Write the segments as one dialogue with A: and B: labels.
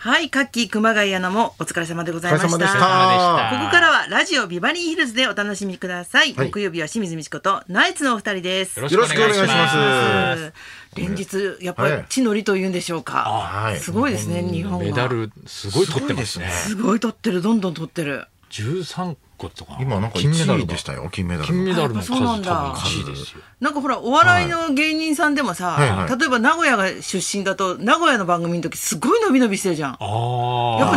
A: はい、カッキー熊谷アナもお疲れ様でございました。
B: お疲れ様でした
A: ここからはラジオビバリーヒルズでお楽しみください。
B: はい
A: 木曜日は清水美智子とナイツのお二人です。
B: よろしくお願いし
A: う
B: ま
A: ん連日やっぱり地の利というんでしょうか。
B: はい
A: すごいですね、日本は。
C: メダルすごい取ってますね。
A: すごい取ってる、どんどん取ってる。
C: 十三個とか。
B: 今なんか
C: 金メダ
B: 1
C: ル
B: 位
C: が
B: でしたよ、金メダル
C: 金メ
B: の。
C: ダルの数
A: あそ
C: 多
A: う
C: 分
A: なんだ
C: 1位ですよ。
A: なんかほらお笑いの芸人さんでもさ、
B: はいはい
A: 例えば名古屋が出身だと名古屋の番組の時すごい伸び伸びしてるじゃん。やっぱり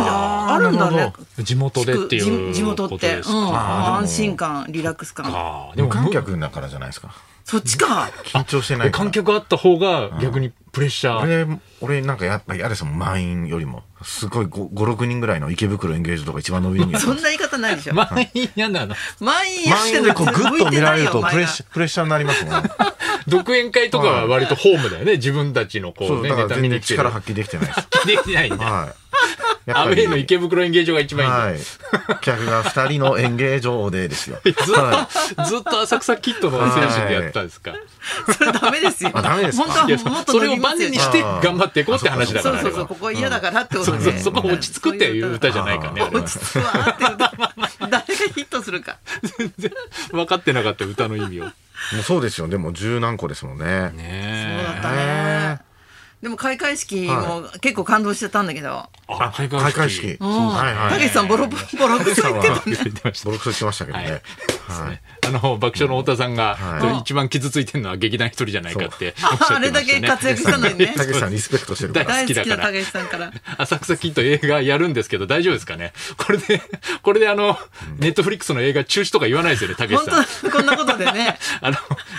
C: あ
A: あるんだ
B: なる
A: ね
B: ほ。
C: あ。地元でっていう
A: 地地元
C: こ
A: っ
C: と
A: て、
C: で
A: うん
C: す、か。
A: 安心感、リラックス感。
C: ああ、で
B: 無
C: も
B: 観客だからじゃないですか。
A: そっちか。
B: 緊張してない
C: 無
B: から。
C: 観客あった方が逆にプレッシャー。
B: 俺、俺なんかやっぱりあれさ、満員よりも、すごい5、6人ぐらいの池袋エンゲージとか一番伸びるんや
A: そんな言い方ないでしょ。
C: 満員やなの。
A: 満員や
B: 満
A: して
B: 員
A: る
B: でこうグッと見られるとプレッシ
A: ャ
B: ャー、プレッシャーになりますもんね。
C: 独演会とかは割とホームだよね。自分たちの こ
B: そうう、
C: ね、
B: だから
C: ネタ見
B: 全然
C: に来てる
B: 力。発揮できてないです。
C: できないん だ。
B: はい。や
C: アウェイの池袋演芸場が一番いいんだ。
B: はい。客が2人の演芸場でです よ。
C: ずっと、ずっと浅草キッドの精神でやったんですか。
A: ー。それダメですよ。
B: あダメですか
A: 本当はい
C: や、
A: もっと
C: それ
A: 伸
C: を
A: びま
C: バ
A: す
C: ネ
A: よ
C: にして頑張っていこうって話だか
A: そう
C: ら、あ
A: そ
C: れ
A: うそう、
C: は。
A: ここは嫌だからってこと
C: そう
A: で。
C: そう、そこは落ち着くっていう歌じゃないかね、あれ
A: 落
C: は
A: ち着くわーって歌。誰がヒットするか。
C: 全然分かってなかった歌の意味を。ね
B: もうそうですよ。でも十何個ですもんね。
A: そう
C: え。
A: だったね。でも開会式も結構感動してたんだけど。
C: あ、開
B: 開会式。。
A: うん
B: はい
A: た
B: はい。
A: けしさんボロボロボロクソ言ってたね。
C: 言ってました
B: ボロクソ言ってましたけど
C: はい
B: ね。はい。
C: あの、爆笑の太田さんが、
B: はい
C: 一番傷ついてるのは劇団一人じゃないかっておっしゃ
A: あ
C: っ
A: あ
C: て
A: れ
C: ま
A: だ
C: した
A: け
C: ね。
A: 活躍したのにね。
B: たけしさんリスペクトしてるから。
A: 大好きな
C: 好きだから
A: たけしさんから。
C: 浅草キッド映画やるんですけど大丈夫ですかねこれで、これであの、ネットフリックスの映画中止とか言わないですよね、たけし
A: 本
C: さん。
A: 当こんなことでね。
C: あの、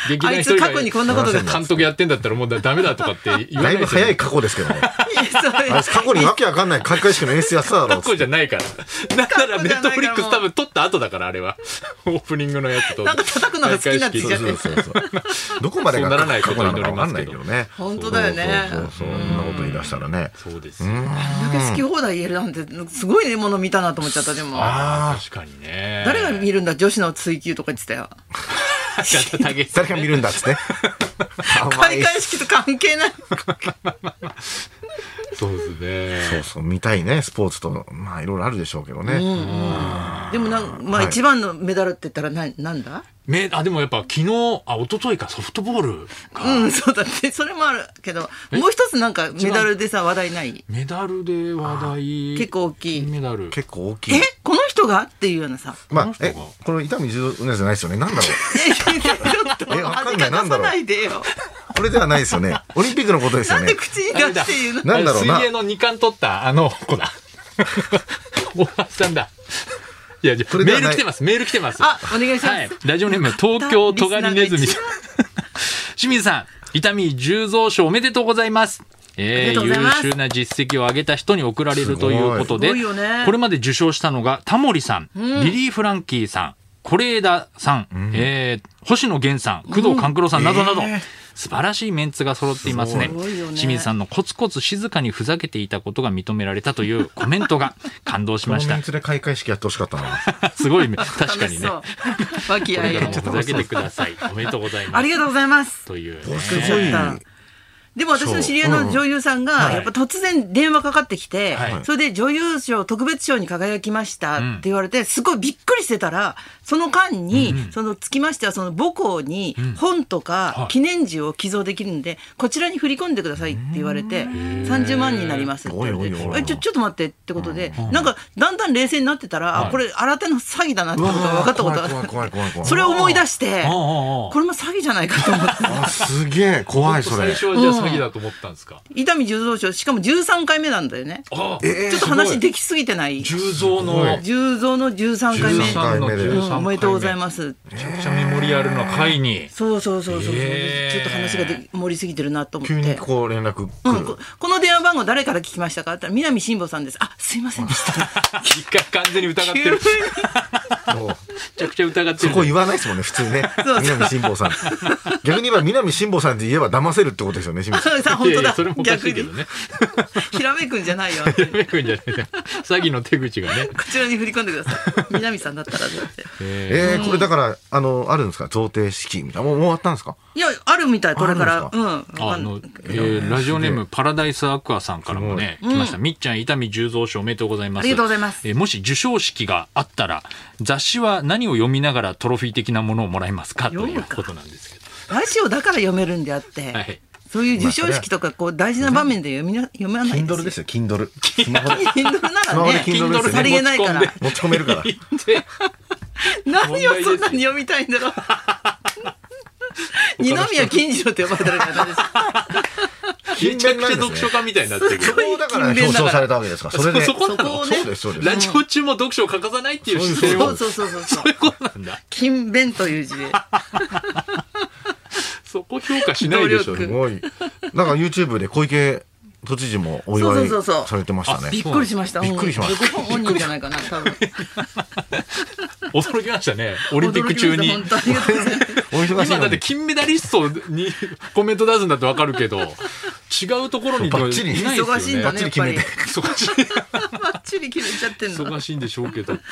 C: 劇
A: あ
C: 団
A: い
C: 一
A: つ
C: 人が
A: 過去にこんなことが。い
C: 監督やってんだったらもうダメだとかって 言
B: だ
C: わない
B: い
C: で
B: ぶ
C: すよ
B: 早
C: ね
B: い。過去ですけどね。
A: や それ
B: あいつ過去にわけわかんない開会式の演出やってただろ
C: 過
B: うっつ
C: 去
B: って。
C: じゃないから。だから
A: 過去
C: ネ
A: じゃないか
C: ット
A: ら
C: フリックス多分撮った後だから、あれは。 オープニングのやつと。
A: なんか叩くのが好きになってきち
B: そ
A: ゃ
B: う
A: っ
B: そう
A: て。
B: そうそう。どこまでが
C: そうならないこ
B: 過
C: と
B: 去
C: を
B: な
C: 祈
B: の
C: り
B: かわか
C: ます
B: んな
C: け
B: い
C: ど
B: けどね。
A: 本当だよね
B: そうそうそう。そんなこと言い出したらね。
C: そうですよ。
A: あんだけ好き放題言えるなんて、すごいね、もの見たなと思っちゃった、でも。
C: ああ、確かにね。
A: 誰が見るんだ、女子の追求とか言ってたよ。
C: たけしさん
B: 誰が見るんだっつ って。
A: 開会式と関係ない。
C: そうです
B: そ
C: ね。
B: うそう、見たいね、スポーツと、まあいろいろあるでしょうけどね。
A: でもなん、まあ
B: はい
A: 一番のメダルって言ったらな、なんだ
C: め、あ、でもやっぱ昨日、あ、一昨日か、ソフトボール
A: う
C: が。
A: ん、そうだね。それもあるけど、もう一つなんかメダルでさ、話題ない
C: メダルで話題。
A: 結構大きい
C: 金メダル。
B: 結構大き
A: え
B: い。
A: この人がっていうような さ。
B: ま
C: この
B: あ、
C: 人が
B: え、これ、伊丹十年じゃないですよね。なんだろ
A: え、ちょっと、
B: えわかんない
A: 恥かかさないでよ。
B: う。これではないですよね。オリンピックのことですよ
A: なんで
B: ね。
A: 口に出して言うの
B: なんだろうな
C: あれ水泳の二冠取った、あの 子だ。大橋さんだ。いや、じゃあ
B: それ
C: メ
B: では
C: ー
B: ない
C: ル来てます、メール来てます。
A: あ、お願いしま
C: はい
A: す。。
C: ラジオネーム、東京トガリネズミさん
A: リ。
C: 清水さん、伊丹十三賞おめでとうございます。
A: あ
C: え
A: りがと
C: ー
A: うござい
C: 優
A: ます
C: 秀な実績を上げた人に贈られるということで、
A: すごいすごいよね
C: これまで受賞したのがタモリさん、リリー・フランキーさん、是枝さん、えー星野源さん、工藤官九郎さんなどなど、
B: えー
C: 素晴らしいメンツが揃っていますね
A: すごいよね
C: 清水さんのコツコツ静かにふざけていたことが認められたというコメントが感動し
B: この
C: まし
B: メ
C: た
B: ンツで開会式やってほしかったな。
C: すごい確か
A: 楽し
C: に
A: そ
C: ね
A: う。和気
C: こ
A: あ
C: れ
A: い
C: か
A: あ
C: らも
A: い。
C: ふざけてくださいおめでとうございます
A: ありがとうございます。
C: という、
B: すごい。
A: でも私の知り合いの女優さんが、
C: い
A: やっぱ突然電話かかってきて、
C: はい
A: それで女優賞、特別賞に輝きましたって言われて、すごいびっくりしてたら、その間に、そのつきましては、その母校に本と
C: は
A: か
C: い
A: 記念樹を寄贈できるんで、こちらに振り込んでくださいって言われて、30万になりますって言われ
B: おいおい
A: て
B: お、い
A: えちょ、ちょっと待ってってことで、なんかだんだん冷静になってたら、あこれ新手の詐欺だなってことが分かったことがあ
B: 怖い怖い怖い怖い。
A: それを思い出して、
C: ああああ
A: これも詐欺じゃないかと思って。
B: あ、すげえ、怖い、そ
C: 最
B: れ。
C: 初はじゃあ詐欺だと思ったんですか、
A: 伊丹十三賞しかも13回目なんだよね、
C: ああ
B: えー
A: ちょっと話できすぎてない
C: 重蔵の
A: 十三の13回目
B: 13回目で
A: うんおめでとうござい
C: す
A: ます
C: めちゃくちゃメモリアルの回に
A: そうそうそうそうそう、
C: へー
A: ちょっと話がで盛りすぎてるなと思って
B: 急にこう連絡
A: う
B: 来
A: ん、
B: る
A: こ。この電話番号誰から聞きましたかって言ったら南辛坊さんですあすいませんでした
C: 一回完全に疑って
A: 急に
C: る め
B: そう
C: ちゃくちゃ疑って
B: そ
C: る
B: こ言わないですもんね、普通ね。南辛坊さん。逆に言えば南辛坊さんって言えば騙せるってことですよね、清水さん。
A: さあ本
C: いや
A: 当
C: いや
A: だ
C: それもおかし
A: 逆
C: いけど
A: に
C: ね
A: ひらめくんじゃないよ
C: ひらめくんじゃない詐欺の手口がね
A: こちらに振り込んでください南さんだったらだって
C: え
B: え
C: ー
B: ー、これだから、あの、あるんですか贈呈式みたいな。もうもう終わったんですか
A: いや、あるみたい、これから。
B: あ
A: うん。わ
C: あ
A: かん
C: の、え
B: いや
C: ーラジオネームパラダイスアクアさんからもね、来ました。みっちゃん、伊丹十三賞おめでとうございま
A: あ
C: す。
A: りがとうございます
C: えーもし受賞式があったら、雑誌は何を読みながらトロフィー的なものをもらえますかと
A: 読
C: い
A: む
C: う
A: か
C: ことなんですけど。
A: ラジオだから読めるんであって、
C: はい
A: そういう授賞式とか、こう、大事な場面で読みな、読まない
B: Kindle ですよ、Kindle。スマホで。
A: Kindle な
B: スマ
A: ら
B: ホで
A: ね、
B: Kindle ですよ
A: さりげ
B: ね。
A: ないから。
C: 持
B: 持
C: ち
B: ち込めるから。
C: で
A: 何をそんなに読みたいんだろう。二宮金次郎って呼ばれてるから私
C: めちゃくちゃ読書家みたいになってるけ
B: そ
C: ど。
B: こをだから表彰されたわけですから。それで。
C: そこな
A: そこ
C: の
A: をね
B: そうです、そうです。
C: ラジオ中も読書を欠かさないっていう姿勢
A: そ
C: を。
A: うそうそうそうそう
C: そういう ことなんだ。
A: 勤勉という字で
C: そこ評価しないでしょ
A: 努。力
B: すごい。なんか YouTube で小池都知事もお祝い
A: そうそうそうそう
B: されてましたね。
A: びっくりしました
B: びっくりしました
A: うん15本人じゃないかな多分
C: 驚きましたね。オリンピック中に。
A: 驚きました本当ありがとうございます
B: お忙しいのに
C: 今だって金メダリストに コメント出すんだってわかるけど、違うところに
B: バッチリ
C: いないですよね
A: 忙しいんだねやっぱり
C: 忙しい。
A: ばっちり切れちゃってんの
C: 忙しいんでしょうけどって。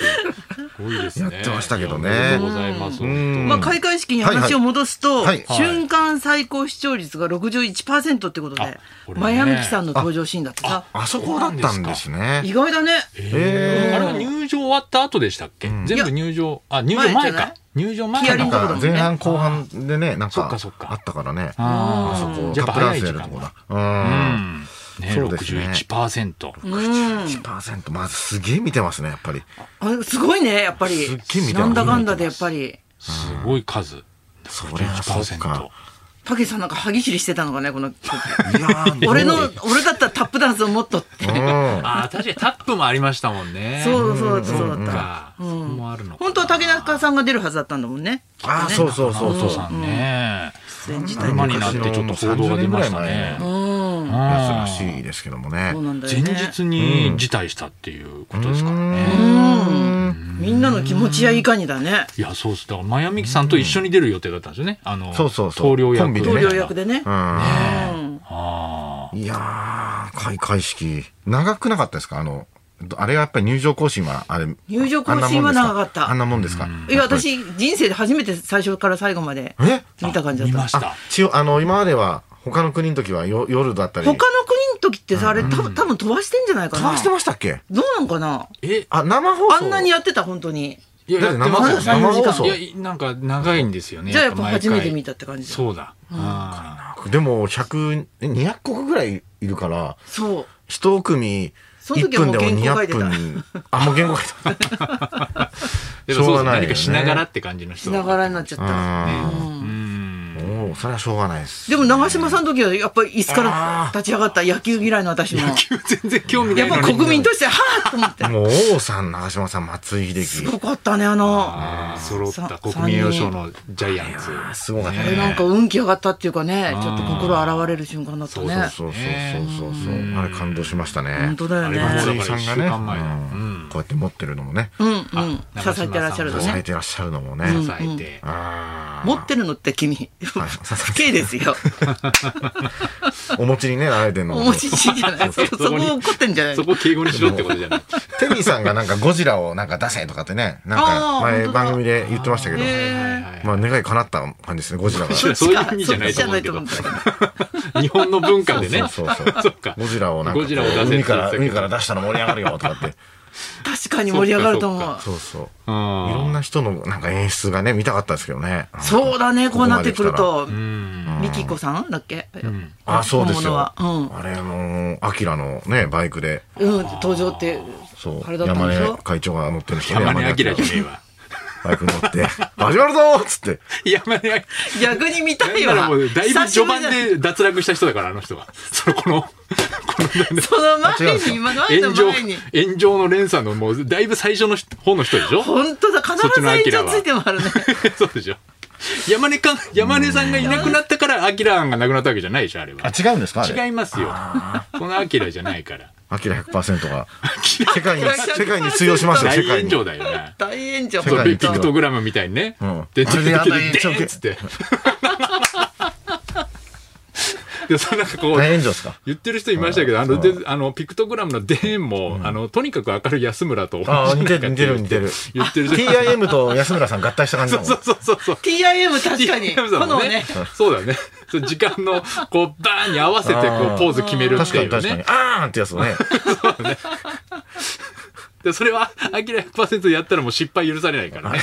C: すごいですね。
B: やってましたけどね
C: ありがとうございます。
B: ん
A: まあ開会式に話を戻すと、
B: はい
C: はい
A: 瞬間最高視聴率が61%ってことで、
C: あこれね
A: マヤミキさんの登場シーンだってさ
B: あそこだったんですね。
A: 意外だね
C: えーあれは入場終わった後でしたっけ全部入場、あ、入場前
A: 前じゃない
C: か。入場前
A: ヒアリ
B: な
A: ン
B: ん
A: グと
B: か
A: だもんね
B: 前半後半でね、なん
C: そっ
B: か
C: かそっか
B: あったからね。
C: あ
B: あそこ、
C: や
B: カ
C: っ
B: ップ
C: ぱ
B: ダ
C: 早
B: ン
C: い
B: スや
C: 時
B: る
C: 間
B: とこ
C: だ。
B: だ。うん。
C: ね、
B: そうですね
C: 61%。
B: 1%、まずすげえ見てますね、やっぱり。
A: あれすごいねやっぱり
B: すっげえ見てます
A: なんだかんだでやっぱり
C: すごい数。
B: そりゃそうか。
A: たけしさんなんか歯ぎしりしてたのかねこの 曲
B: いやー
A: 俺の
B: う
A: 俺だったらタップダンスをもっとって
B: ん。
C: ああ、確かにタップもありましたもんね。
A: そうそうそうだ
C: そ
A: っ
C: う
A: た
C: か。そこもあるのか
A: 本当は竹中さんが出るはずだったんだもんね
B: あー、そうそうそう
C: お
B: そ
C: 父
B: う。
C: さんね。
A: 出演自体
C: 今になってちょっと報道が出ました
B: や
C: ね。
B: つ
C: あ
B: らしいですけどもね
A: そう。なんだ
C: 前
A: よね
C: 日に辞退したっていうことですからね。
A: みんなの気持ちやいかにだね
C: いや、そうです。だから、マヤミキさんと一緒に出る予定だったんですよね。あの、
B: そうそうそう
C: 棟梁役
B: コンビで
A: 同
B: ね
A: 僚役でね
B: うん。
C: ああ。
B: いやー、開会式。長くなかったですかあの、あれはやっぱり入場行進は、あれ。
A: 入場行進は長かった
B: あんなもんですかあんなもん
A: い
B: ですか
A: や私人生で初めて最初から最後まで
B: え
A: 見た感じ
C: 見
A: だ
C: ま
A: っ
C: したた。
B: 一応、あの、今までは、他の国の時はよ夜だったり。
A: 他の国の時ってさあれ多分多分飛ばしてんじゃないか
B: 飛
A: な
B: ばしてましたっけ
A: どうなんかな
C: え、
B: あ、生放送。
A: あんなにやってた本当に
C: いや、
B: だ
C: や
B: っ
C: ってて
B: 生
C: ま
B: 放
C: す
B: 送、生放
C: よい
B: 送。
C: や、なんか長いんですよね。
A: じゃあやっぱ
C: 毎
A: 初
C: 回
A: めて見たって感じだ
C: そうだ。あ
B: でも、100、え200国ぐらいいるから、
A: そう
B: 一組、
A: その
B: 1
A: 時は
B: 分
A: もう
B: で
A: 原
B: も
A: 稿書いて
B: 200
A: た
B: 分。あ、もう言語書いてた。
C: ー。そう
B: しょう
C: だ
B: がないよ
C: 何
B: ね
C: かしながらって感じの人。
A: しながらになっちゃった
B: う
C: うん。
B: ん。 もう、それはしょうがないです。
A: でも長嶋さんの時はやっぱり椅子から
B: あー
A: 立ち上がった野球嫌いの私も。
C: 全然興味な
A: や
C: い
A: っ
C: の
A: ぱ
C: に。
A: 国民としてはぁと思って。
B: もう、王さん、長嶋さん、松井
A: す
B: 秀喜。
A: ごかったね、あの。
C: あー揃った
A: さ
C: 国民栄誉賞のジャイアンツ。
B: あすごかった
A: あれ
B: ね。
A: なんか運気上がったっていうかね、ちょっと心洗われる瞬間だったね。
B: そうそうそうそうそう、あれ感動しましたね。
A: 本当だよね
C: あれ
B: 松井さんがね、
C: だから一週間前だ
B: うんこうやって持ってるのもね、
A: うんうん
C: あ。
A: 支えてらっしゃるの
B: 支え
A: ね。
B: てらっしゃるのもね、
C: 支えて。
B: あ
A: 持ってるのって君。不敬です よ。
B: ー お餅にね、られてるの
A: お
B: も。
A: 持ちじゃない。そ そ
C: そこ
A: こ
C: に
A: 怒ってんじゃない
C: そこ敬語にしろってことじゃない。
B: テリーさんがなんかゴジラをなんか出せとかってね、なん
A: あ
B: か
A: ー
B: 前
A: 本当だ
B: 番組で言ってましたけど、
A: へ
C: はいはい
B: まあ願い叶った感じですね、ゴジ ラが。
C: そういう意味じゃないと思うけど
A: そっちじゃないと思
C: 日本の文化でね。
B: そうそうそう
C: そっか。
B: ゴジラをなんかこ
C: ゴ
B: う
C: ジラを出せって
B: 海
C: 言って
B: か
C: た
B: ら
C: けど
B: 海から出したら盛り上がるよとかって、
A: 確かに盛り上がると思
C: そっ
A: う。
B: そうそう。
C: う
B: いろんな人のなんか演出がね、見たかったですけどね。
A: そうだね、こうなってくると。
C: ん。
A: ミキコさんだっけ
B: あ、そうです
A: 本物
B: よ。
A: はうん。
B: あれの、アキラのね、バイクで、
A: うん、登場って、
B: そう、
A: あれだったんでし
B: 山
A: ょ
B: 根会長が乗ってるんですけど、
C: 山根明じゃね
B: 山
C: えわ。
B: バイクに乗って、始まるぞーっつって、
C: 山根明。
A: 逆に見たい
C: だから
A: わ
C: もう、だいぶ
A: 久し
C: 序
A: ぶり
C: 盤
A: だ
C: で脱落した人だから、あの人は。その、この、この、
A: その
B: あ違う
A: 前
B: んです
A: に、
B: よ
A: 今の前
C: 炎
A: の
C: 上
A: 前に。、
C: 炎上の連鎖の、もう、だいぶ最初の方の人でしょ
A: 本当だ、必
C: そっち
A: ず
C: の
A: 延
C: アキラ
A: 長
C: は
A: ついてもあるね。
C: そうでしょ。山根か、山根さんがいなくなったから、アキラ案がなくなったわけじゃないでしょ、あれは。
B: あ、違うんですかあれ。
C: 違いますよ。このアキラじゃな いから。
B: アキラ100%が、世界に、世界に通用しますよ、世
C: 大
B: 界に。
C: 炎上だよな。
A: 大炎上、
B: 世
C: そ
B: 界
C: う
B: に
C: ピ
A: 本当
C: クトグラムみたいにね
B: うん。
C: で、
B: あれで
C: で
B: あんなに
C: で
B: ちょ
C: でっつって。や、そのなんかこう、
B: 大炎上ですか
C: 言ってる人いましたけど、あ
B: う
C: の、
B: ん
C: であのピクトグラムのデーンも、あの、とにかく明るい安村と同じ
B: ああ、似てる
C: なん
B: 似
C: か
B: てる似てる。
C: 言ってるじゃない
B: TIM と安村さん合体した感じだもん。
C: そうそうそうそう。
A: TIM 確か に。
C: TM さんも
A: 炎ね。。
C: そうだね。そう時間の、こう、バーンに合わせて、こう
B: あー、
C: ポーズ決めるっ
B: 確
C: て
B: かに
C: いう
B: 確かに
C: ね。。
B: あーんってやつを ね。
C: で、それは、アキラ100%やったらもう失敗許されないからね。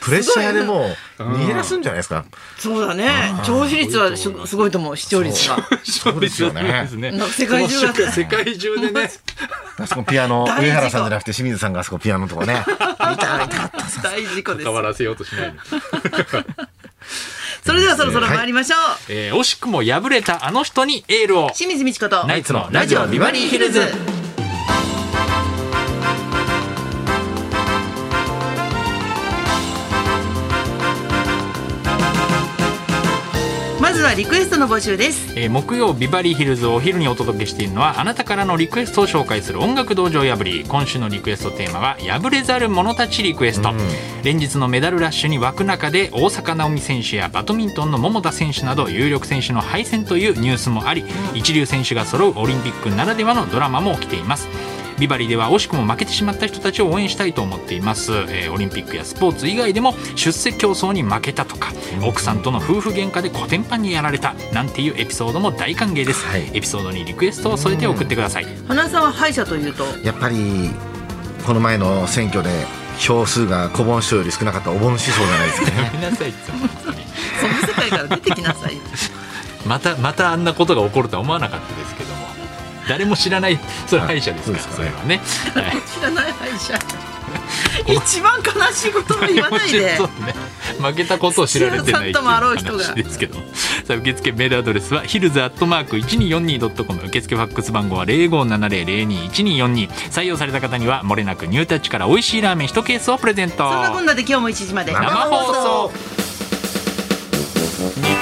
B: プレッシャーでもう
C: ごいな
B: 逃げ出すんじゃないですか。
A: そうだね。聴取率はすごすごいと思う、視聴率が。
B: そうですよね
C: そうで
A: なんか世界中が
C: この世界中でね、
B: あそこピアノ、
A: 大事故
B: 上原さんじゃなくて清水さんがあそこピアノとかね。
A: 大事故です
C: 変。わらせようとしない。
A: それではそろそろ参りましょう。
C: えー惜しくも敗れたあの人にエールを。
A: 清水美智子と。
C: ナイツのラジオビバリーヒルズ。
A: まずはリクエストの募集です。
C: えー木曜ビバリーヒルズをお昼にお届けしているのはあなたからのリクエストを紹介する音楽道場破り今週のリクエストテーマは破れざる者たちリクエスト、連日のメダルラッシュに沸く中で大坂なおみ選手やバドミントンの桃田選手など有力選手の敗戦というニュースもあり、一流選手が揃うオリンピックならではのドラマも起きていますビバリーでは惜しくも負けてしまった人たちを応援したいと思っています、えーオリンピックやスポーツ以外でも出世競争に負けたとか奥さんとの夫婦喧嘩でコテンパンにやられたなんていうエピソードも大歓迎です、
B: はい
C: エピソードにリクエストを添えて送ってください、
A: 花さんは歯医者というと。
B: やっぱり、この前の選挙で票数が小盆賞より少なかったお盆思想じゃないですかね。
C: ごめんなさいいつも本当に
A: その世界から出てきなさ い。
C: またまたあんなことが起こるとは思わなかったですけども誰も知らないそれは敗者ですから、
B: はい
C: そ
B: そう
C: れ
B: で
C: はね、はい
A: 知らない歯医者。一番悲しいことも言わないで
C: そう。ね負けたことを知られてないってい
A: 土屋
C: う
A: さんともあろう人が
C: 話ですけどさあ受付メールアドレスはヒルズアットマーク 1242.com 受付ファックス番号は0570021242採用された方にはもれなくニュータッチから美味しいラーメン1ケースをプレゼント
A: そんなこんなで今日も1時まで。
C: 生放送
B: 生放送
C: 日